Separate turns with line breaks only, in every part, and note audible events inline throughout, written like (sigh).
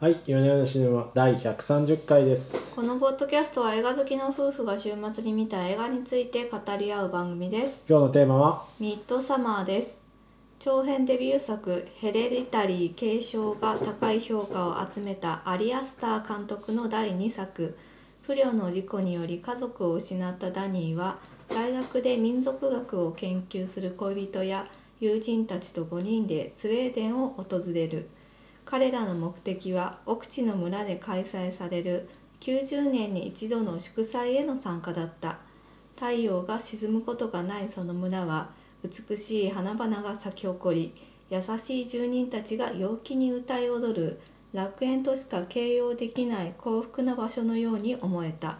はい、夜な夜なシネマ第130回です。
このポッドキャストは映画好きの夫婦が週末に見た映画について語り合う番組です。
今日のテーマは
ミッドサマーです。長編デビュー作「ヘレディタリー継承」が高い評価を集めたアリアスター監督の第2作不慮の事故により家族を失ったダニーは大学で民族学を研究する恋人や友人たちと5人でスウェーデンを訪れる彼らの目的は奥地の村で開催される90年に一度の祝祭への参加だった太陽が沈むことがないその村は美しい花々が咲き誇り優しい住人たちが陽気に歌い踊る楽園としか形容できない幸福な場所のように思えた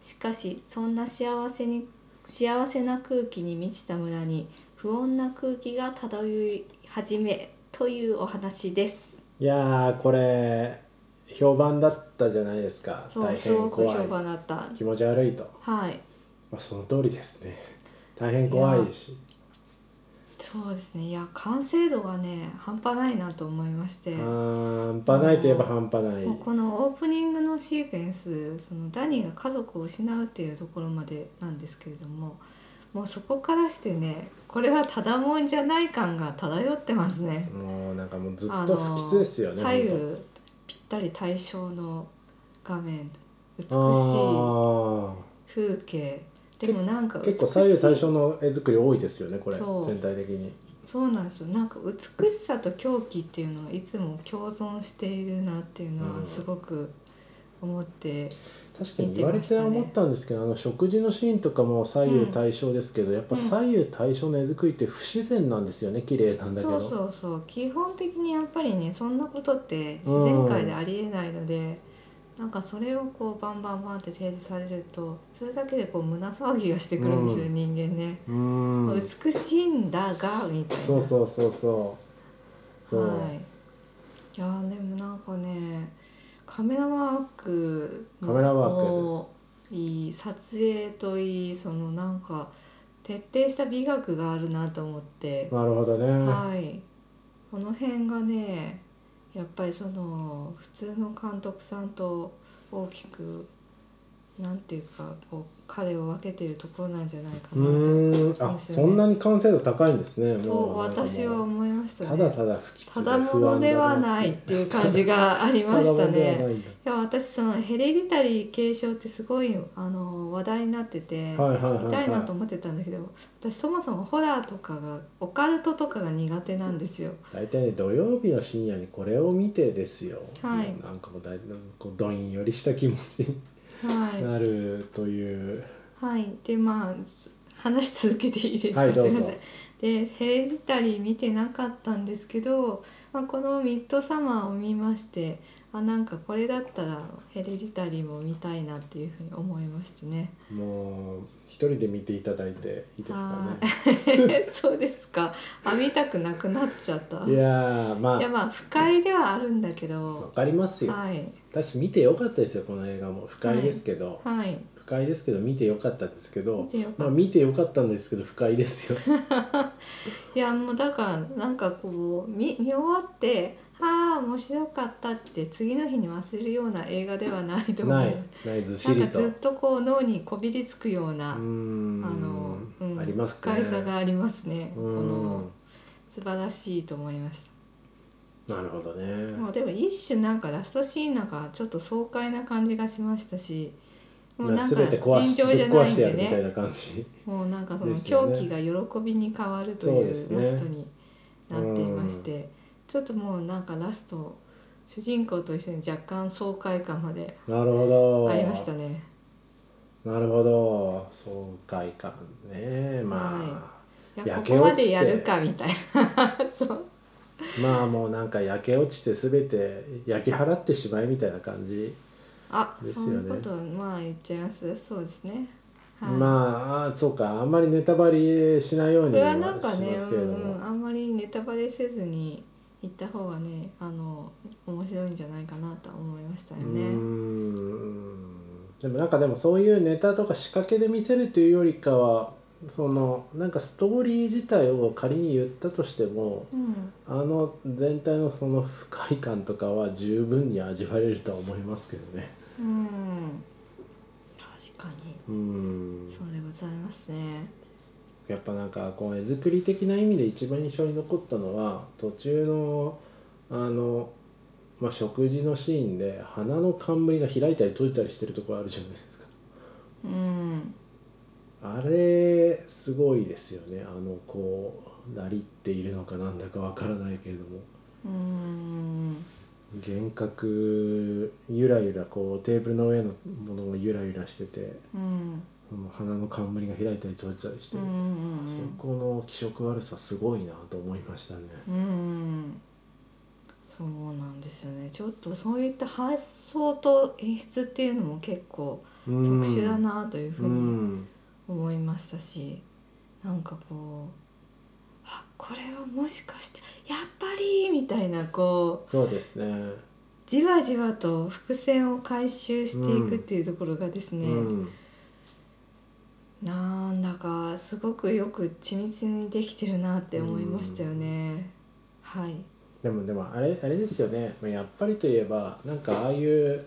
しかしそんな幸せに幸せな空気に満ちた村に不穏な空気が漂い始めというお話です
いやーこれ評判だったじゃないですか
そ
大
うすご
変
く
怖
評
い
判だった
気持ち悪いと、
はい
まあ、その通りですね大変怖いし
そうですねいや完成度がね半端ないなと思いまして
半端ないといえば半端ない
もうこのオープニングのシークエンスそのダニーが家族を失うっていうところまでなんですけれどももうそこからしてねこれはただもんじゃない感が漂ってますね。
もうなんかもうずっ
あ
と
の
不吉ですよね
左右
本
ぴったり対称の画面美しい
当あ
風景でもなんか
ー
美しい
結構左右対称の絵作り多いですよねこれ
そう
全体的に
そうなんですよなんか美しさと狂気っていうのがいつも共存しているなっていうの
うん
はすごく思って、
確かに言われて思ったんですけど、あの食事のシーンとかも左右対称ですけど、やっぱ左右対称の絵作りって不自然なんですよね綺麗なんだけ
そ
ど
うそうそう基本的にやっぱりねそんなことって自然界でありえないので、なんかそれをこうバンバンバンって提示されるとそれだけでこう胸騒ぎがしてくるんですよ、
う
人間ね、
うーん
美しいんだがみたいな
そうそうそうそうそう、
はいいやーでもなんかねカメラワーク
カメラワーク
もいい撮影といいそのなんか徹底した美学があるなと思って
なるほどね、
はい、この辺がねやっぱりその普通の監督さんと大きくなんていうかこう彼を分けてるところなんじゃないか
う
なと
ーんあ、
ですよね
そんなに完成度高いんですね
と
もうなんかもう
私は思いました
ただ
ね。
ただ不吉
ただものではないっていう感じがあり
不安
ま
だ
し
な
た
ただものでは
ね。
ないんだ
いや私そのヘレディタリー継承ってすごいあの話題になってて、
はいはいはいはい
見たいなと思ってたんだけど私そもそもホラーとかがオカルトとかが苦手なんですよ。
大体ね土曜日の深夜にこれを見てですよ、
はい
なんかもうだいこうどんよりした気持ちに
はい、
なるという、
はい、でまあ話し続けていいですか、
はいど
す
う
みま
ぞ
せん。で「ヘレディタリー」見てなかったんですけど、まあ、この「ミッドサマー」を見ましてあなんかこれだったら「ヘレディタリー」も見たいなっていうふうに思いまし
(laughs)
てね。
もう一人で見ていただいていいですか
そうですかあ見たくなくなっちゃった。
ね。いやーま
いや
あ
まあ不快ではあるんだけ
わ
ど、
かりますよ。
はい
私見てよかったですよこの映画も不快ですけど、
はい
不快ですけど見てよかったですけ
見
ど、
てよかった
まあ見てよかったんですけど不快
(laughs)
ですよ。
いやもうだからなんかこう見見終わって「ああ面白かった」って次の日に忘れるような映画ではないと思う
ないないずし
な
り
んか
と。
ずっ
う
とこう脳にこびりつくよう
ー
な、
ん
あの、うん、
あります
深いさがありますね
う
こ
ーん
の素晴らしいと思いました、
なるほどね。
もうでも一種なんかラストシーンなんかちょっと爽快な感じがしましたしもう
まあ
なんか
全て壊
尋
しぶ
常
っ
じゃな
壊
い
し
ん
てや
で
るみたい
ね
な感
(laughs)
じ。
もうなんかそ
で
の
すよ
狂
ね
気が喜びに変わると
そう
い
です
う
ね
ラストになっていまして、ちょっともうなんかラスト主人公と一緒に若干爽快感まで
なるほど。
ありましたね。
なるほど爽快感ねま
いや
焼
こ
け
こま
落ち
で
て
やるかみたいな (laughs) そう
あ、まあもうなんか焼け落ちて全て焼き払ってしまいみたいな感じ、
あ、
ですよ
そう
ね
いうことまあ言っちゃいますそうですね、はい、
まああそうかあんまりネタバレしないよう
こ
に
れ
は
は
し
な
ま
んかね、
すけれども、
うんうん、あんまりネタバレせずに言った方がねあの面白いんじゃないかなと思いましたよ
うー
ね。
んでもなんかでもそういうネタとか仕掛けで見せるというよりかはそのなんかストーリー自体を仮に言ったとしても
うん
あの全体のその不快感とかは十分に味わえるとは思いますけどね
うん確かに
うん
そうでございますね
やっぱなんかこう絵作り的な意味で一番印象に残ったのは途中のあの、まあ、食事のシーンで花の冠が開いたり閉じたりしてるところあるじゃないですか
うん
あれすごいですよねあのこうなりっているのかなんだかわからないけれども
うん
幻覚ゆらゆらこうテーブルの上のものがゆらゆらしてて
うん
その花の冠が開いたり閉じたりして
う
る、
ん
そこの気色悪さすごいなと思いましたね。
うんそうなんですよねちょっとそういった発想と演出っていうのも結構
特
特殊だなというふ
う
うに
ん、
思いましたし、なんかこうあこれはもしかしてやっぱりみたいなこう
そうですね
じわじわと伏線を回収していくっていうところがですね、
うん、
なんだかすごくよく緻密にできてるなって思いましたよね。はい。
でもでもあれあれですよねまあやっぱりといえばなんかああいう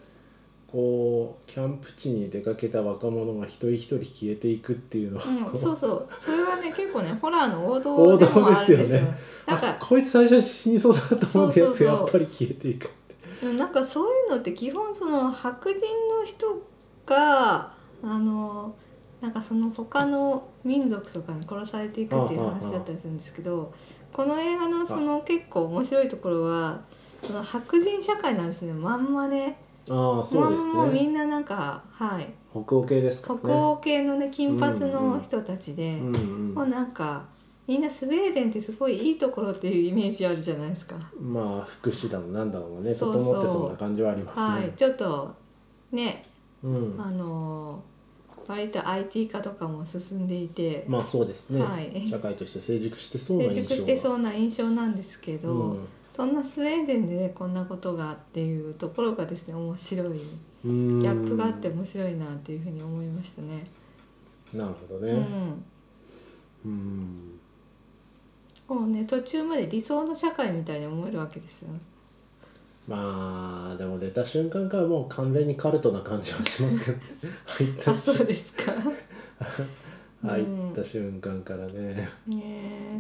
こうキャンプ地に出かけた若者が一人一人消えていくっていうのは、
う
こ
ん、そうそう、それはね、結構ね、ホラーの王
王
道で
道
もあるん
で
ですす
よ
よ。
ね
なん
あ (laughs)
か、
こいつ最初死にそうだなと思ってやつ
そうそうそう
がやっぱり消えていくって
うんなんかそういうのって基本その白人の人が、あの。なんかその他の民族とかに殺されていくっていう話だったりするんですけど。この映画のその結構面白いところは、その白人社会なんですね、まんまね。
ああ
ま
そうんです
まみ
ね
んななんか、はい。
北欧系ですか
北
ね
欧系のね金髪の人たちで、
うんうん
もうなんかみんなスウェーデンってすごいいいところっていうイメージあるじゃないですか。
まあ福祉だのなんだろうね
そうそう
整ってそうな感じはありますね、
はい、ちょっとね、
うん
あのー割と IT 化とかも進んでいて、
まあそうですね、
はい
社会として成熟してそうな
成
印象
熟してそうな印象なんですけど、
うん
そんなスウェーデンでねこんなことがっていうところがですね面白い
ギャ
ギャップがあって面白いなっていうふうに思いましたね。
なるほど
う
ね
ん、
うん
もうね途中まで理想の社会みたいに思えるわ
(laughs)
けですよ。
まあでも出た瞬間からもう完全にカルトな感じはしますけ
(laughs)
ど入った
あそうですか。
入った瞬間からね
ねえ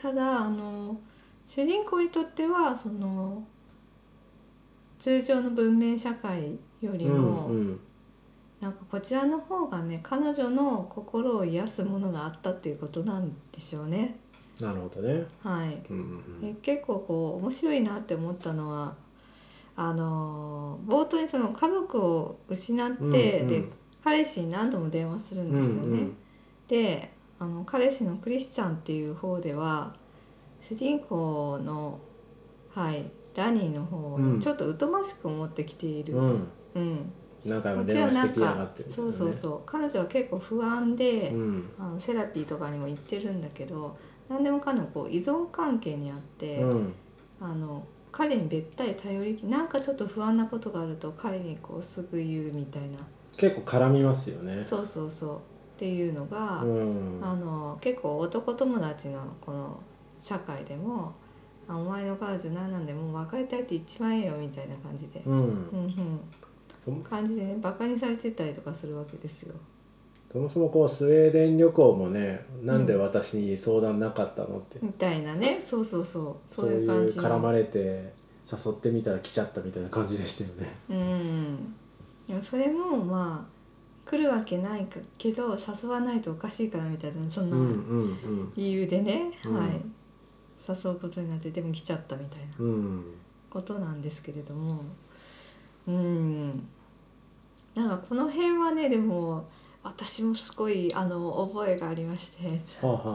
ただあの主人公にとってはその通常の文明社会よりも、
うんうん
なんかこちらの方がね彼女の心を癒すものがあったっていうことなんでしょうね。
なるほどね
はい、
うん
で結構こう面白いなって思ったのはあの冒頭にその家族を失って、
うんうん
で彼氏に何度も電話するん
うんう
で
ん
すよね。であの彼氏のクリスチャンっていう方では主人公の、はい、ダニーの方
う
を
ん
ちょっと疎ましく思ってきている、
うんうん
うん
何回
こ
も
っち
電
は
話
な
し
ん
てきやが
か
ってみたい
そ
な
う
ね
そうそう彼女は結構不安で、
うん
あのセラピーとかにも行ってるんだけど何でもかんでもこう依存関係にあって、
うん
あの彼にべったり頼りきなんかちょっと不安なことがあると彼にこうすぐ言うみたいな
結構絡みますよね
そうそうそうっていうのが。
うん
あの結構男友達のこの社会でも「あお前の彼女何なんでもう別れたいって言っちまえよ」みたいな感じで、
う
うんんうん、
そも
感じでねバカにされてたりとかするわけですよ。
そもそもこうスウェーデン旅行もねなんで私に相談なかったのって
みたいなねそうそうそう
そ
そう
うい
いう
う
感じの
絡まれて誘ってみたら来ちゃったみたいな感じでしたよね。
うん、でもそれもまあ来るわけないかけど誘わないとおかしいからみたいなそん
うん
な
うん
理由でね、
うん
はい、誘うことになってでも来ちゃったみたいな。
うんうん
ことなんですけれどもうんなんかこの辺はねでも私もすごいあの覚えがありまして、
はあはあは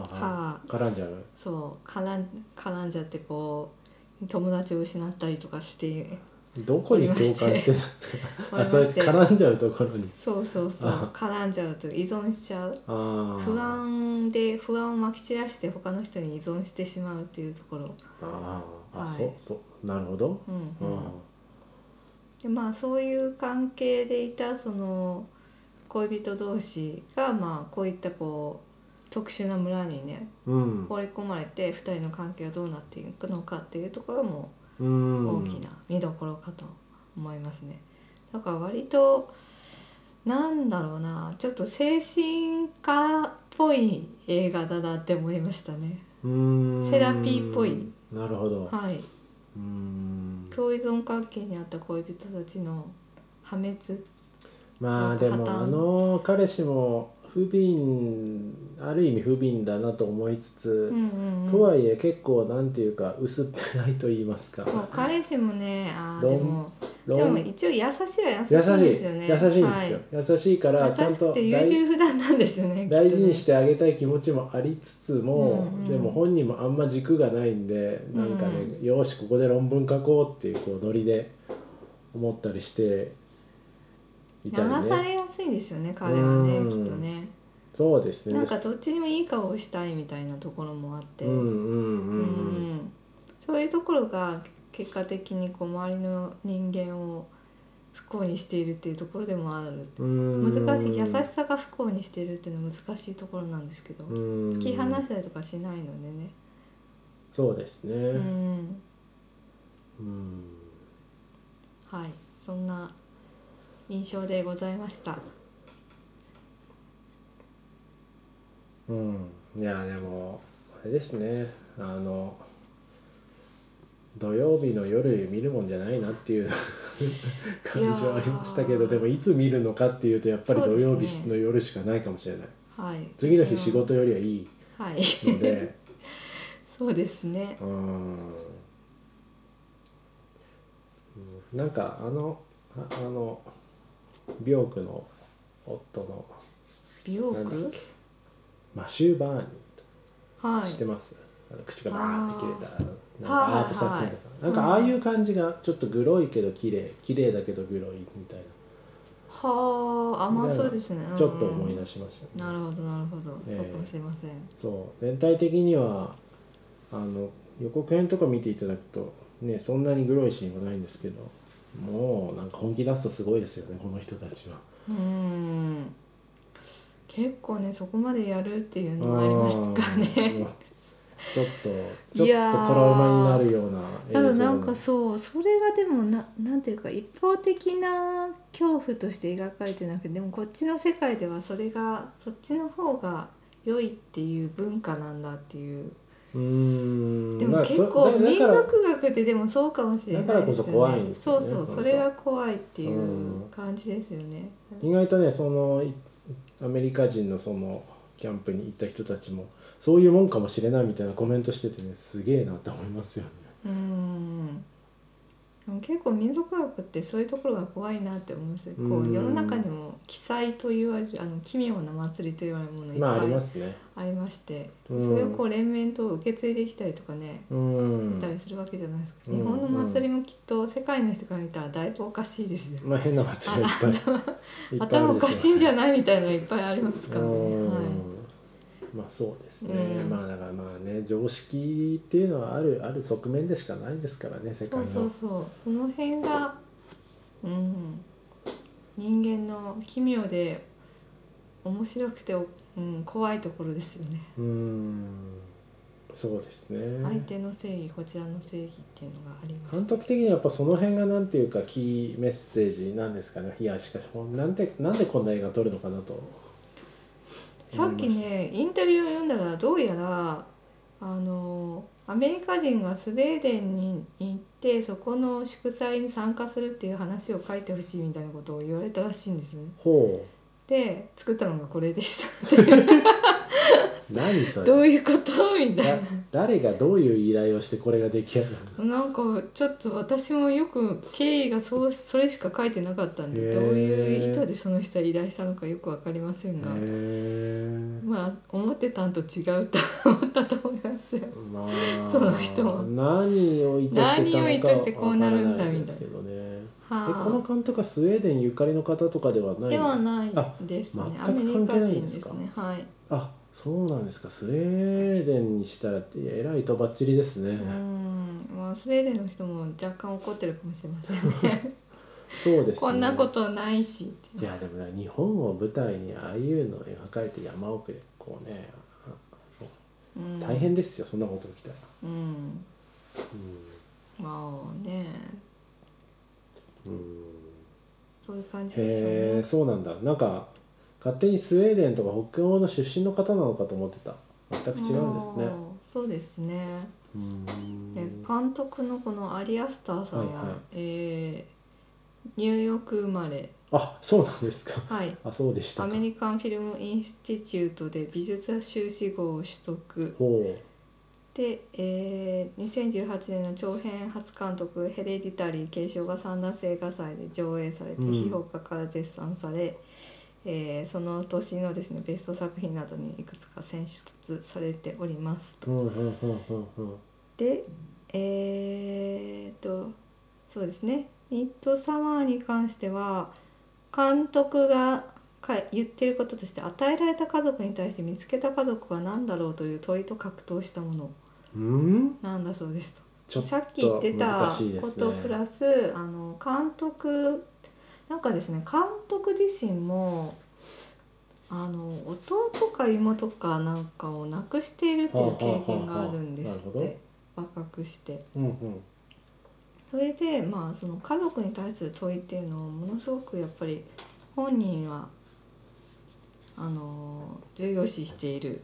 あ
は
絡んじゃう。
あ、そう絡ん絡んじゃってこう友達を失ったりとかして
どこに共感してたんです
(laughs)
か。
おり
あ、
ま
それ
して
絡んじゃうところに。
そうそうそう
あ
絡んじゃうと依存しちゃう
ああ。
不。安で不安をまき散らして他の人に依存してしまうっていうところ、
ああ、あ、
はい
そうそうなるほど。
うん
う
うんん、でまあそういう関係でいたその恋人同士がまあこういったこう特殊な村にね
うん
惚れ込まれて2人の関係はどうなっていくのかっていうところも
うん
大きな見どころかと思いますね。だから割となんだろうなちょっと精神科っぽい映画だなって思いましたね。
うん
セラピーっぽい
なるほど、
はい、
うん
共依存関係にあった恋人たちの破滅
まあ
なんか
で
破綻
もあの彼氏も不憫ある意味不憫だなと思いつつ、
うんうんうん
とはいえ結構なんていうか薄っぺらいと言いますか
そう彼氏もねあー
ロン
でもで
論
も一応優しいは
優
優
し
し
い
いん
優
で
し
す
い
よ
んで
ね。
すよ、
はい
優しいからちゃ
優
ん
しく
と
て
大
優柔不断なんですよね。
大事に
き
し
っとね
てあげたい気持ちもありつつも、
うんうん
でも本人もあんま軸がないんでなんかね、
う
よーしここで論文書こうっていうこうノリで思ったりしていたり
流さ
ね
れやすいんですよね彼はね
うん
きっとね
そうですね
なんかどっちにもいい顔をしたいみたいなところもあって、
うんうん
う
うん
うんんそういうところが結果的にこう周りの人間を不幸にしているっていうところでもある
うん、
難しい優しさが不幸にしているっていうのは難しいところなんですけど、
突
突き放したりとかしないのでね、
そうですね、
う
うん
ん、はいそんな印象でございました。
うんいやでもあれですねあの土曜日の夜見るもんじゃないなっていう (laughs) 感じはありましたけ
い
ど
やー
でもいつ見るのかっていうとやっぱり
そう
土
で
曜
すね
日の夜しかないかもしれない、
はい、
次の日仕事よりはいい
はい (laughs)
ので
そうですね
うーんうんなんかあのああの病区の夫の
美容
なんだっ
区
けマシュー・バーニー
はい
知ってます、あの口がバーンって切れたあのなん
はい
かアート作品とか、なんかああいう感じがちょっとグロいけど綺麗綺麗だけどグロいみたい
はああまあそうですね
なちょっと思い
し
出しましたね、
なるほどなるほど、
ええ
そうかもしれません
そう全体的にはあの予告編とか見ていただくとねそんなにグロいシーンはないんですけどもうなんか本気出すとすごいですよねこの人たちは
うーん結構ねそこまでやるっていうのがありましたから
うん
ね
ちょっと
い
ちょ
や
っ
ー
とトラウマになるような映
た
像
だなんかそうそれがでもななんていうか一方的な恐怖として描かれてなくてでもこっちの世界ではそれがそっちの方が良いっていう文化なんだっていう
うーん
でも
だからそ
結構
だから
民族学ってでもそうかもしれないですよ
だ
ね
からこそ怖いんですよね
そう
本
そ
当
うそれが怖いっていうんう感じですよね、
意外とねそのいアメリカ人のそのキャンプに行った人たちもそういうもんかもしれないみたいなコメントしててねすげえなって思いますよね。
うーんでも結構民族学ってそういうところが怖いなって思いますこ
うん
う世の中にも奇祭と言われるあの奇妙な祭りと言われるものいっ
まあありま
ぱい
すね。
ありまして、
うん
それをこう連綿と受け継いできたりとかね
う
し
ん
た。りするわけじゃないですか、
うん
日本の祭りもきっと世界の人から見たらだいぶおかしいですよ、
まあ変な祭りはいっぱいいっぱいあるでしょう
頭おかしいんじゃないみたいなのいっぱいありますからね、
うん
はい
まあそうですね、
うん
まあだからまあね常識っていうのはあるある側面でしかないですからね世界
そ
の
うそうそうその辺がうん人間の奇妙で面白くて、うん、怖いところですよね
うんそうですね
相手の正義こちらの正義っていうのがありま
監
した
督的にはやっぱその辺がなんていうかキーメッセージなんですかねいやしかしほんなんでなんでこんな映画撮るのかなと
さっきねインタビューを読んだらどうやらあのアメリカ人がスウェーデンに行ってそこの祝祭に参加するっていう話を書いてほしいみたいなことを言われたらしいんですよね。
ほ
で作ったのがこれでした
う何そ
(laughs) どう
れ
いうことみたいな
だ。誰がどういう依頼をしてこれが出来上がるの
なんかちょっと私もよく経緯がそうそれしか書いてなかったん
へ
で
ー
どういう意図でその人は依頼したのかよく分かりませんが、
へー
まあ思ってたんと違うと思ったと思いますよ。
まあ
その人は
何を意図してたのか
何を意図してこうなるんだ
わから
みたいな
ですけどねえこの
は
監督はスウェーデンゆかりの方とかではない
あ、
の
ではないですね
あ
アメ
全
リ
く関係
カ
ない
人
んで
ですす
か
ねはい、
あそうなんですかスウェーデンにしたらってえらいとばっちりですね、 (laughs)
うんまあスウェーデンの人も若干怒ってるかもしれませんね
そうですね
こんなことないし
いやでもね日本を舞台にああいうのを描かれて山奥でこうねあ
うん
大変ですよそんなこと起きたら、
うん
う
まあね
んうん、
そういう感じ
へえ
ですよね
そうなんだなんか勝手にスウェーデンとか北欧の出身の方なのかと思ってた全く違うんですね
あーそうですね
うん
で監督のこのアリアスターさんは、
はいはい
えーニューヨーク生まれ
あそうなんですか (laughs)
はい
あそうでした
ア
か
メリカンフィルムインスティチュートで美術修士号を取得
ほ
で、えー2018年の長編初監督「ヘレディタリー継承」が三田映画祭で上映されて
うん
批評家から絶賛され、えーその年のですねベスト作品などにいくつか選出されております
う
と。
うんうんうんうんうん
でえー、っとそうですね「ミッドサマー」に関しては監督がか言ってることとして与えられた家族に対して見つけた家族は何だろうという問いと格闘したもの
うん
なんだそうですと。
ちょっと
さっき言ってた
難しいです
こ
ね
とプラス、あの監督なんかですね監督自身もあの弟か妹かなんかを亡くしているっていう経験があるんですっ
はあはあはあはあな
て若くして
うんうん
それでまあその家族に対する問いっていうのをものすごくやっぱり本人はあの重要視している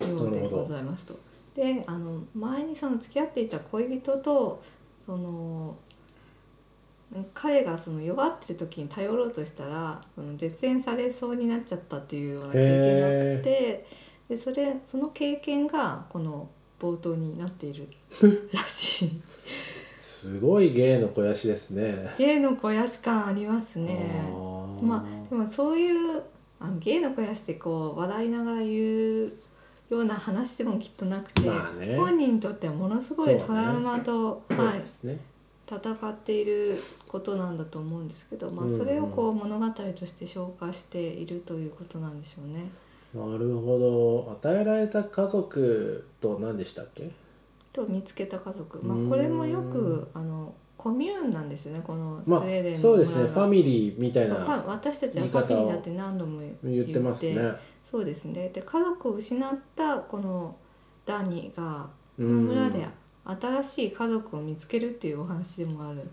ようでございますと。であの前にその付き合っていた恋人とその彼がその弱ってる時に頼ろうとしたらその絶縁されそうになっちゃったっていうような経験があってでそれその経験がこの冒頭になっているらしい。
すごい芸の肥やしですね
芸の肥やし感ありますね。
あ
まあでもそういうあの芸の肥やしってこう笑いながら言うような話でもきっとなくて、
まあね
本人にとってはものすごいトラウマと、
そう
はい
ですね、
戦っていることなんだと思うんですけど、まあ
うんうん
それをこう物語として消化しているということなんでしょうね。
なるほど与えられた家族と何でしたっけ
と見つけた家族、ま
うー
あ
ん
これもよくあのコミューンなんですよねこのスウ
ま
ェ
あ
ーデンの
そうですね
村
フ
が
ァミリーみたい
そうファ
な
私たちはファミリーだって何度も
言ってますね
そうですねで家族を失ったこのダニーがこの
うん
村で新しい家族を見つけるっていうお話でもある、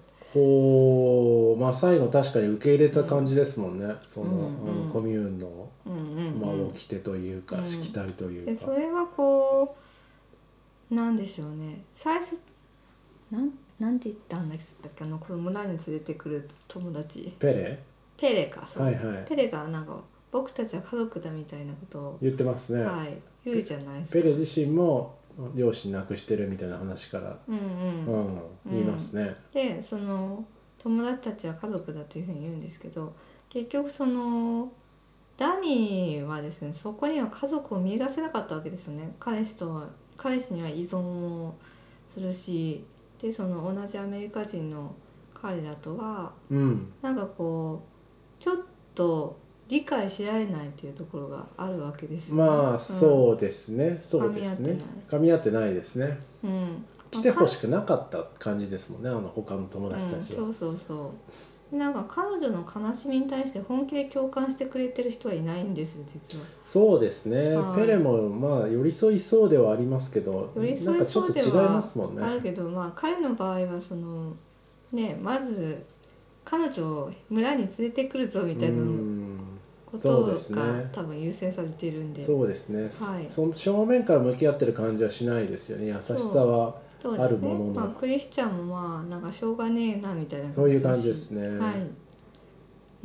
ほうまあ最後確かに受け入れた感じですもんね、その,、
うんうん
あのコミューンの、
うんうんうん
まあ、掟というか、
うん
しきたりというか
でそれはこうなんでしょうね最初なんなんて言ったんだっけあのこの村に連れてくる友達
ペレ
ペレかそう、
はいはい
ペレがなんか僕たちは家族だみたいなことを、
言ってますね、
はい、言うじゃないですか
ペレ自身も両親亡くしてるみたいな話から、
うん
う
うん
ん言いますね、
でその友達たちは家族だというふうに言うんですけど結局そのダニーはですねそこには家族を見出せなかったわけですよね彼氏とは彼氏には依存をするしでその同じアメリカ人の彼らとは
うん
なんかこうちょっと理解し合えないというところがあるわけですよね。
まあそうですね、そうですね噛み合ってないですね
うん、うん
来てほしくなかった感じですもんねあの他の友達
うん、
たちは、
そうそうそうなんか彼女の悲しみに対して本気で共感してくれてる人はいないんですよ実は
そうですね、
はい
ペレもまあ寄り添いそうではありますけど
寄り添いそうでは
なんかちょっと違いますもんね
あるけどまあ彼の場合はそのねまず彼女を村に連れてくるぞみたいうなんこと
そう
が、
ですね
多分優先されているんで
そうですね、
はい
その正面から向き合ってる感じはしないですよね優しさは
そうですね
あるものの
まあ、クリスチャンもまあなんかしょうがねえなみたいな
そういう
だ
感
し
じですね、
はい、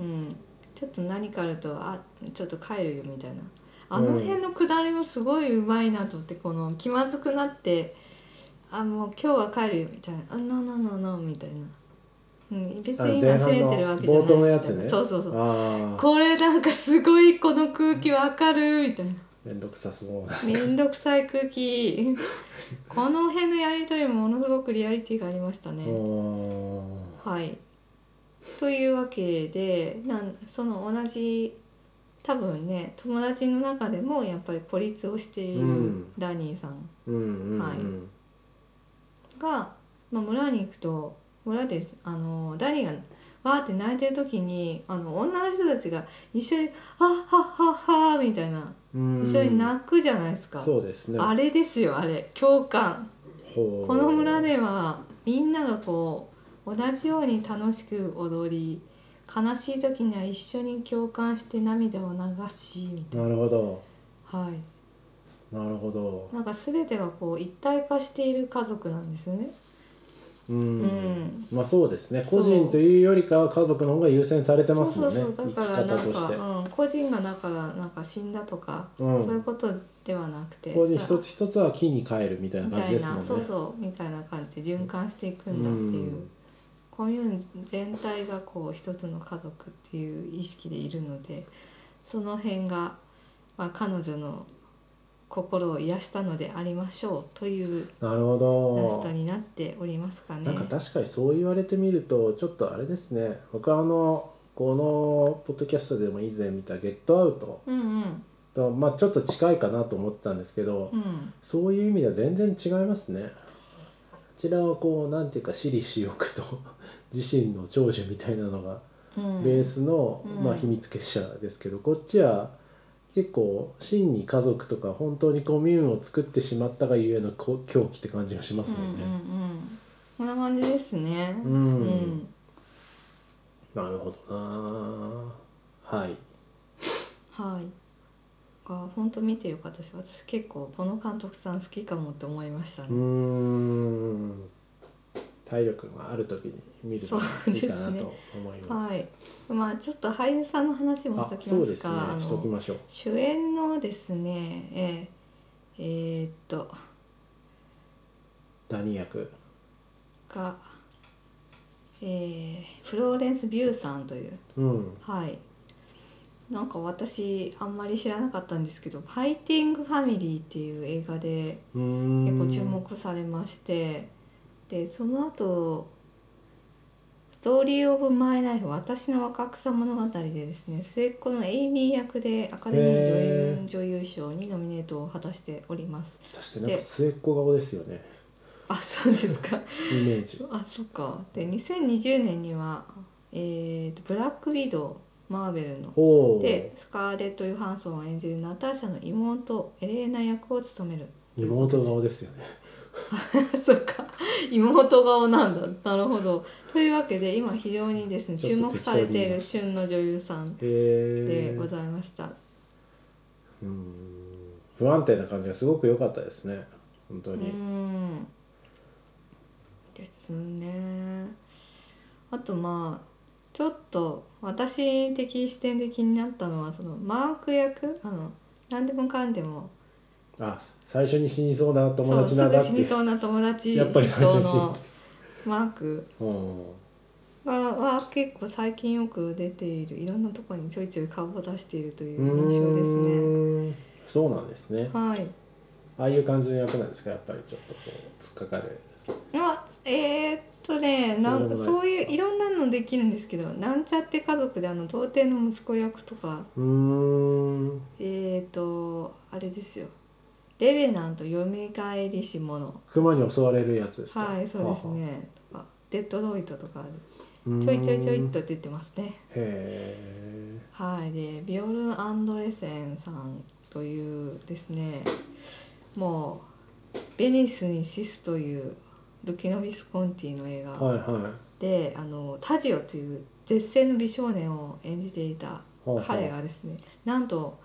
うん、ちょっと何かあるとあちょっと帰るよみたいなあの辺のくだりもすごいうまいなと思ってこの気まずくなって「あもう今日は帰るよ」みたいな「あなななな」みたいな、うん、別に今
あ前半の
閉めてるわけじゃない
冒頭のやつね
みたいなそうそうそう
ああ
これなんかすごいこの空気わかるみたいな
面倒くさそう
めんどくさい空
(laughs)
気この辺のやり取りもものすごくリアリティがありましたね。
うん
はい。というわけでなんその同じ多分ね友達の中でもやっぱり孤立をしていうる
ん
ダニーさん
うんうんうん、
はいが、まあ、村に行くと村であのダニーがわーって泣いてる時にあの女の人たちが一緒に「はっはっはっは」みたいな
うん
一緒に泣くじゃないですか、
そうですね
あれですよあれ共感
ほう
この村ではみんながこう同じように楽しく踊り悲しい時には一緒に共感して涙を流しみたい
なるほど
な、はい、
なるほど
なんか全てがこう一体化している家族なんですね。
うん、
うん
まあそうですね
そう
個人というよりかは家族の方が優先されて
そ
ま
う
す
そ
も
うん
ね
そう
生
だ
き
からな
方
ん
とし
か、
て、
うん、個人がだからなんか死んだとか、
うん
そういうことではなくて
個人一つ
つ
一つは木に帰るみたいな
み
感
た
じ
い
ですもん
な、
ね
そうそうみたいな感じで循環していくんだっていう。
うん
コミューン全体がこう一つの家族っていう意識でいるのでその辺が、まあ、彼女の心を癒したのでありましょうという
なるほ
ラス
ど
トになっておりますかね。
なんか確かにそう言われてみるとちょっとあれですね僕はあのこのポッドキャストでも以前見た「ゲットアウト
うんうん
と」まあちょっと近いかなと思ったんですけど、
うん
そういう意味では全然違いますねこちらはこうなんていうか私利私欲と自身の長寿みたいなのが
うん、
ベースの、
うん
まあ、秘密結社ですけどこっちは結構真に家族とか本当にコミューンを作ってしまったがゆえのこう狂気って感じがします
う
も
んうんん
ね。
うんこんな感じですね。う
うんなるほどなはい
はい。が本当見てよかったです。私結構この監督さん好きかもって思いました
うー
ね。
ん体力がある時に見るといいかなと思います
はい。まあちょっと俳優さんの話もしと
あ
き
そう
ま
ですすね
か。あ
しと
の
きましょう
主演のですねえー、えーっと
ダニ役
が、えーフローレンス・ビューさんという
うん
はいなんか私あんまり知らなかったんですけど「ファイティング・ファミリー」っていう映画で
うーん
結構注目されましてでその後ストーリー・オブ・マイ・ライフ私の若草物語」でですね末っ子のエイミー役でアカデミー女
へ
優女優賞にノミネートを果たしております。
確かになんか末っ子顔ですよね
あそうですか
イメージ
あそっかで2020年には、えーとブラック・ウィドウマーベルの
おお
でスカーレット・ヨハンソンを演じるナターシャの妹エレーナ役を務める (laughs)
妹顔ですよね
そっか妹顔なんだなるほどというわけで今非常にですね
ち
注
ょっと
目
適
さ
当に
れている旬の女優さん
へ
で
え
ございました、
うーん不安定な感じがすごく良かったですね本当
う
に
んですねあとまあちょっと私的視点で気になったのはそのマーク役あの何でもかんでも
あ最初に死にそうな友
そう
達
す
なん
ぐ
だ
死にそうな友達
やっぱり最初
人
に死に
のマーク
うん
がは結構最近よく出ているいろんなところにちょいちょい顔を出しているというう印象ですね。
ーんそうなんですね
はい
ああいう感じの役なんですかやっぱりちょっとこう突っかかる
まあえーっとねなん
そうでもないですか
そういういろんなのできるんですけどなんちゃって家族であの童貞の息子役とか
うーん
えーっとあれですよ「レベナントよみがえりし者
熊に襲われるやつで」すか
はいそうですねとか「デトロイト」とか
はは
ちょいちょいちょい
う
っ
ーんへ
と出てますね。
え
はい、でビオルン・アンドレセンさんというですねもう「ベニスに死す」というルキノビス・コンティの映画、
はいはい
であのタジオという絶世の美少年を演じていた
はあ
彼がですねなんと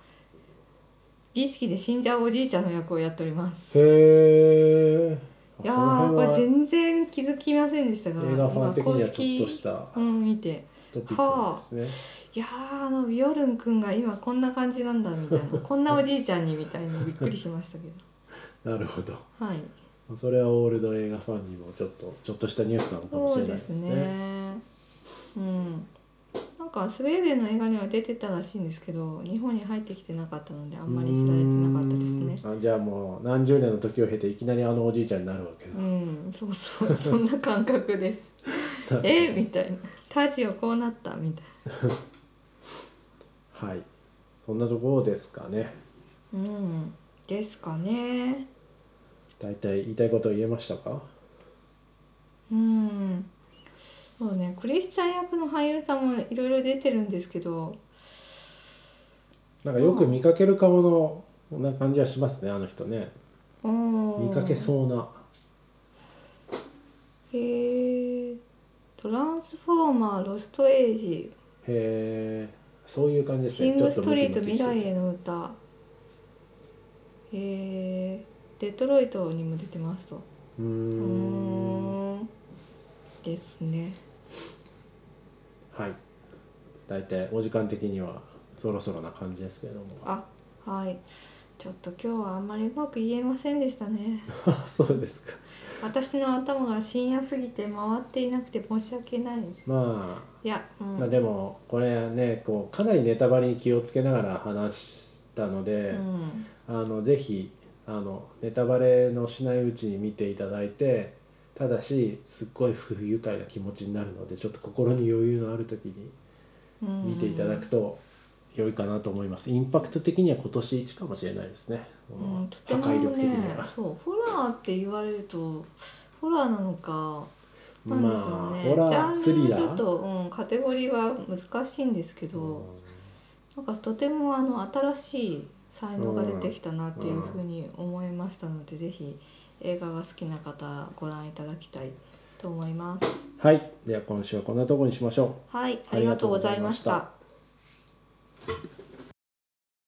儀式で死んじゃうおじいちゃんの役をやっております。
へえ
いやーこれ全然気づきませんでしたが
映画ファン
今
的には
公
ちょっとし
式
た
うん見て
トピックですね。
いやーあのビオルン君が今こんな感じなんだみたいなこんなおじいちゃんにみたいにびっくりしましたけ
なるほど。
どはい
それはオールド映画ファンにもちょっとちょっとしたニュースなのかもし
そ
れない
うで
です
す
ね。
ねうんなんかスウェーデンの映画には出てたらしいんですけど日本に入ってきてなかったのであ
あ
んまり知られてなかったですね
あじゃあもう何十年の時を経ていきなりあのおじいちゃんになるわけだ。
うんそうそう
(laughs)
そんな感覚です
なるほ
(laughs) え
ど
みたいなタジオこうなったみたい
はい。そんなところですかね。
なうんですかね
大体言いたいことを言えましたか。
うんそうねクリスチャン役の俳優さんもいろいろ出てるんですけど
なんかよく見かける顔のこんな感じはしますねあの人ね見
見
かけそうな
へえトランスフォーマーロストエイジ
へえそういう感じです
シ
ね
ングストリート
ちょっとム
未
キムキして
来への歌へえデトロイトにも出てますと
うー
うんーんですね
はい大体お時間的にはそろそろな感じですけれ
(laughs)
ども
あはいちょっと今日はあんまりうまく言えませんでしたね
そうですか
私の頭が深夜すぎて回っていなくて申し訳ないです
ま
いや、うん
あ、まあでもこれねこうかなりネタバレに気をつけながら話したの
う
で、
ん、
あのぜひあのネタバレのしないうちに見ていただいてただしすっごい不愉快な気持ちになるのでちょっと心に余裕のある時に
うん
見ていただくと良いかなと思いますインパクト的には今年一かもしれないですね、
うん、とて
破
も
壊力的
ね
には、
そうホラーって言われるとホラーなのかなんでしょう
まあ
ね、
ホラ
ジャ
ース
ン
リ
ルの
ラ
ちょっ
ー
と、うん、カテゴリーは難しいんですけど、なんかとてもあの新しい才能が出てきたなっていうふうに思いましたので、ぜひ映画が好きな方ご覧いただきたいと思います。
はいでは今週はこんなところにしましょう
はい、ありがとうございました。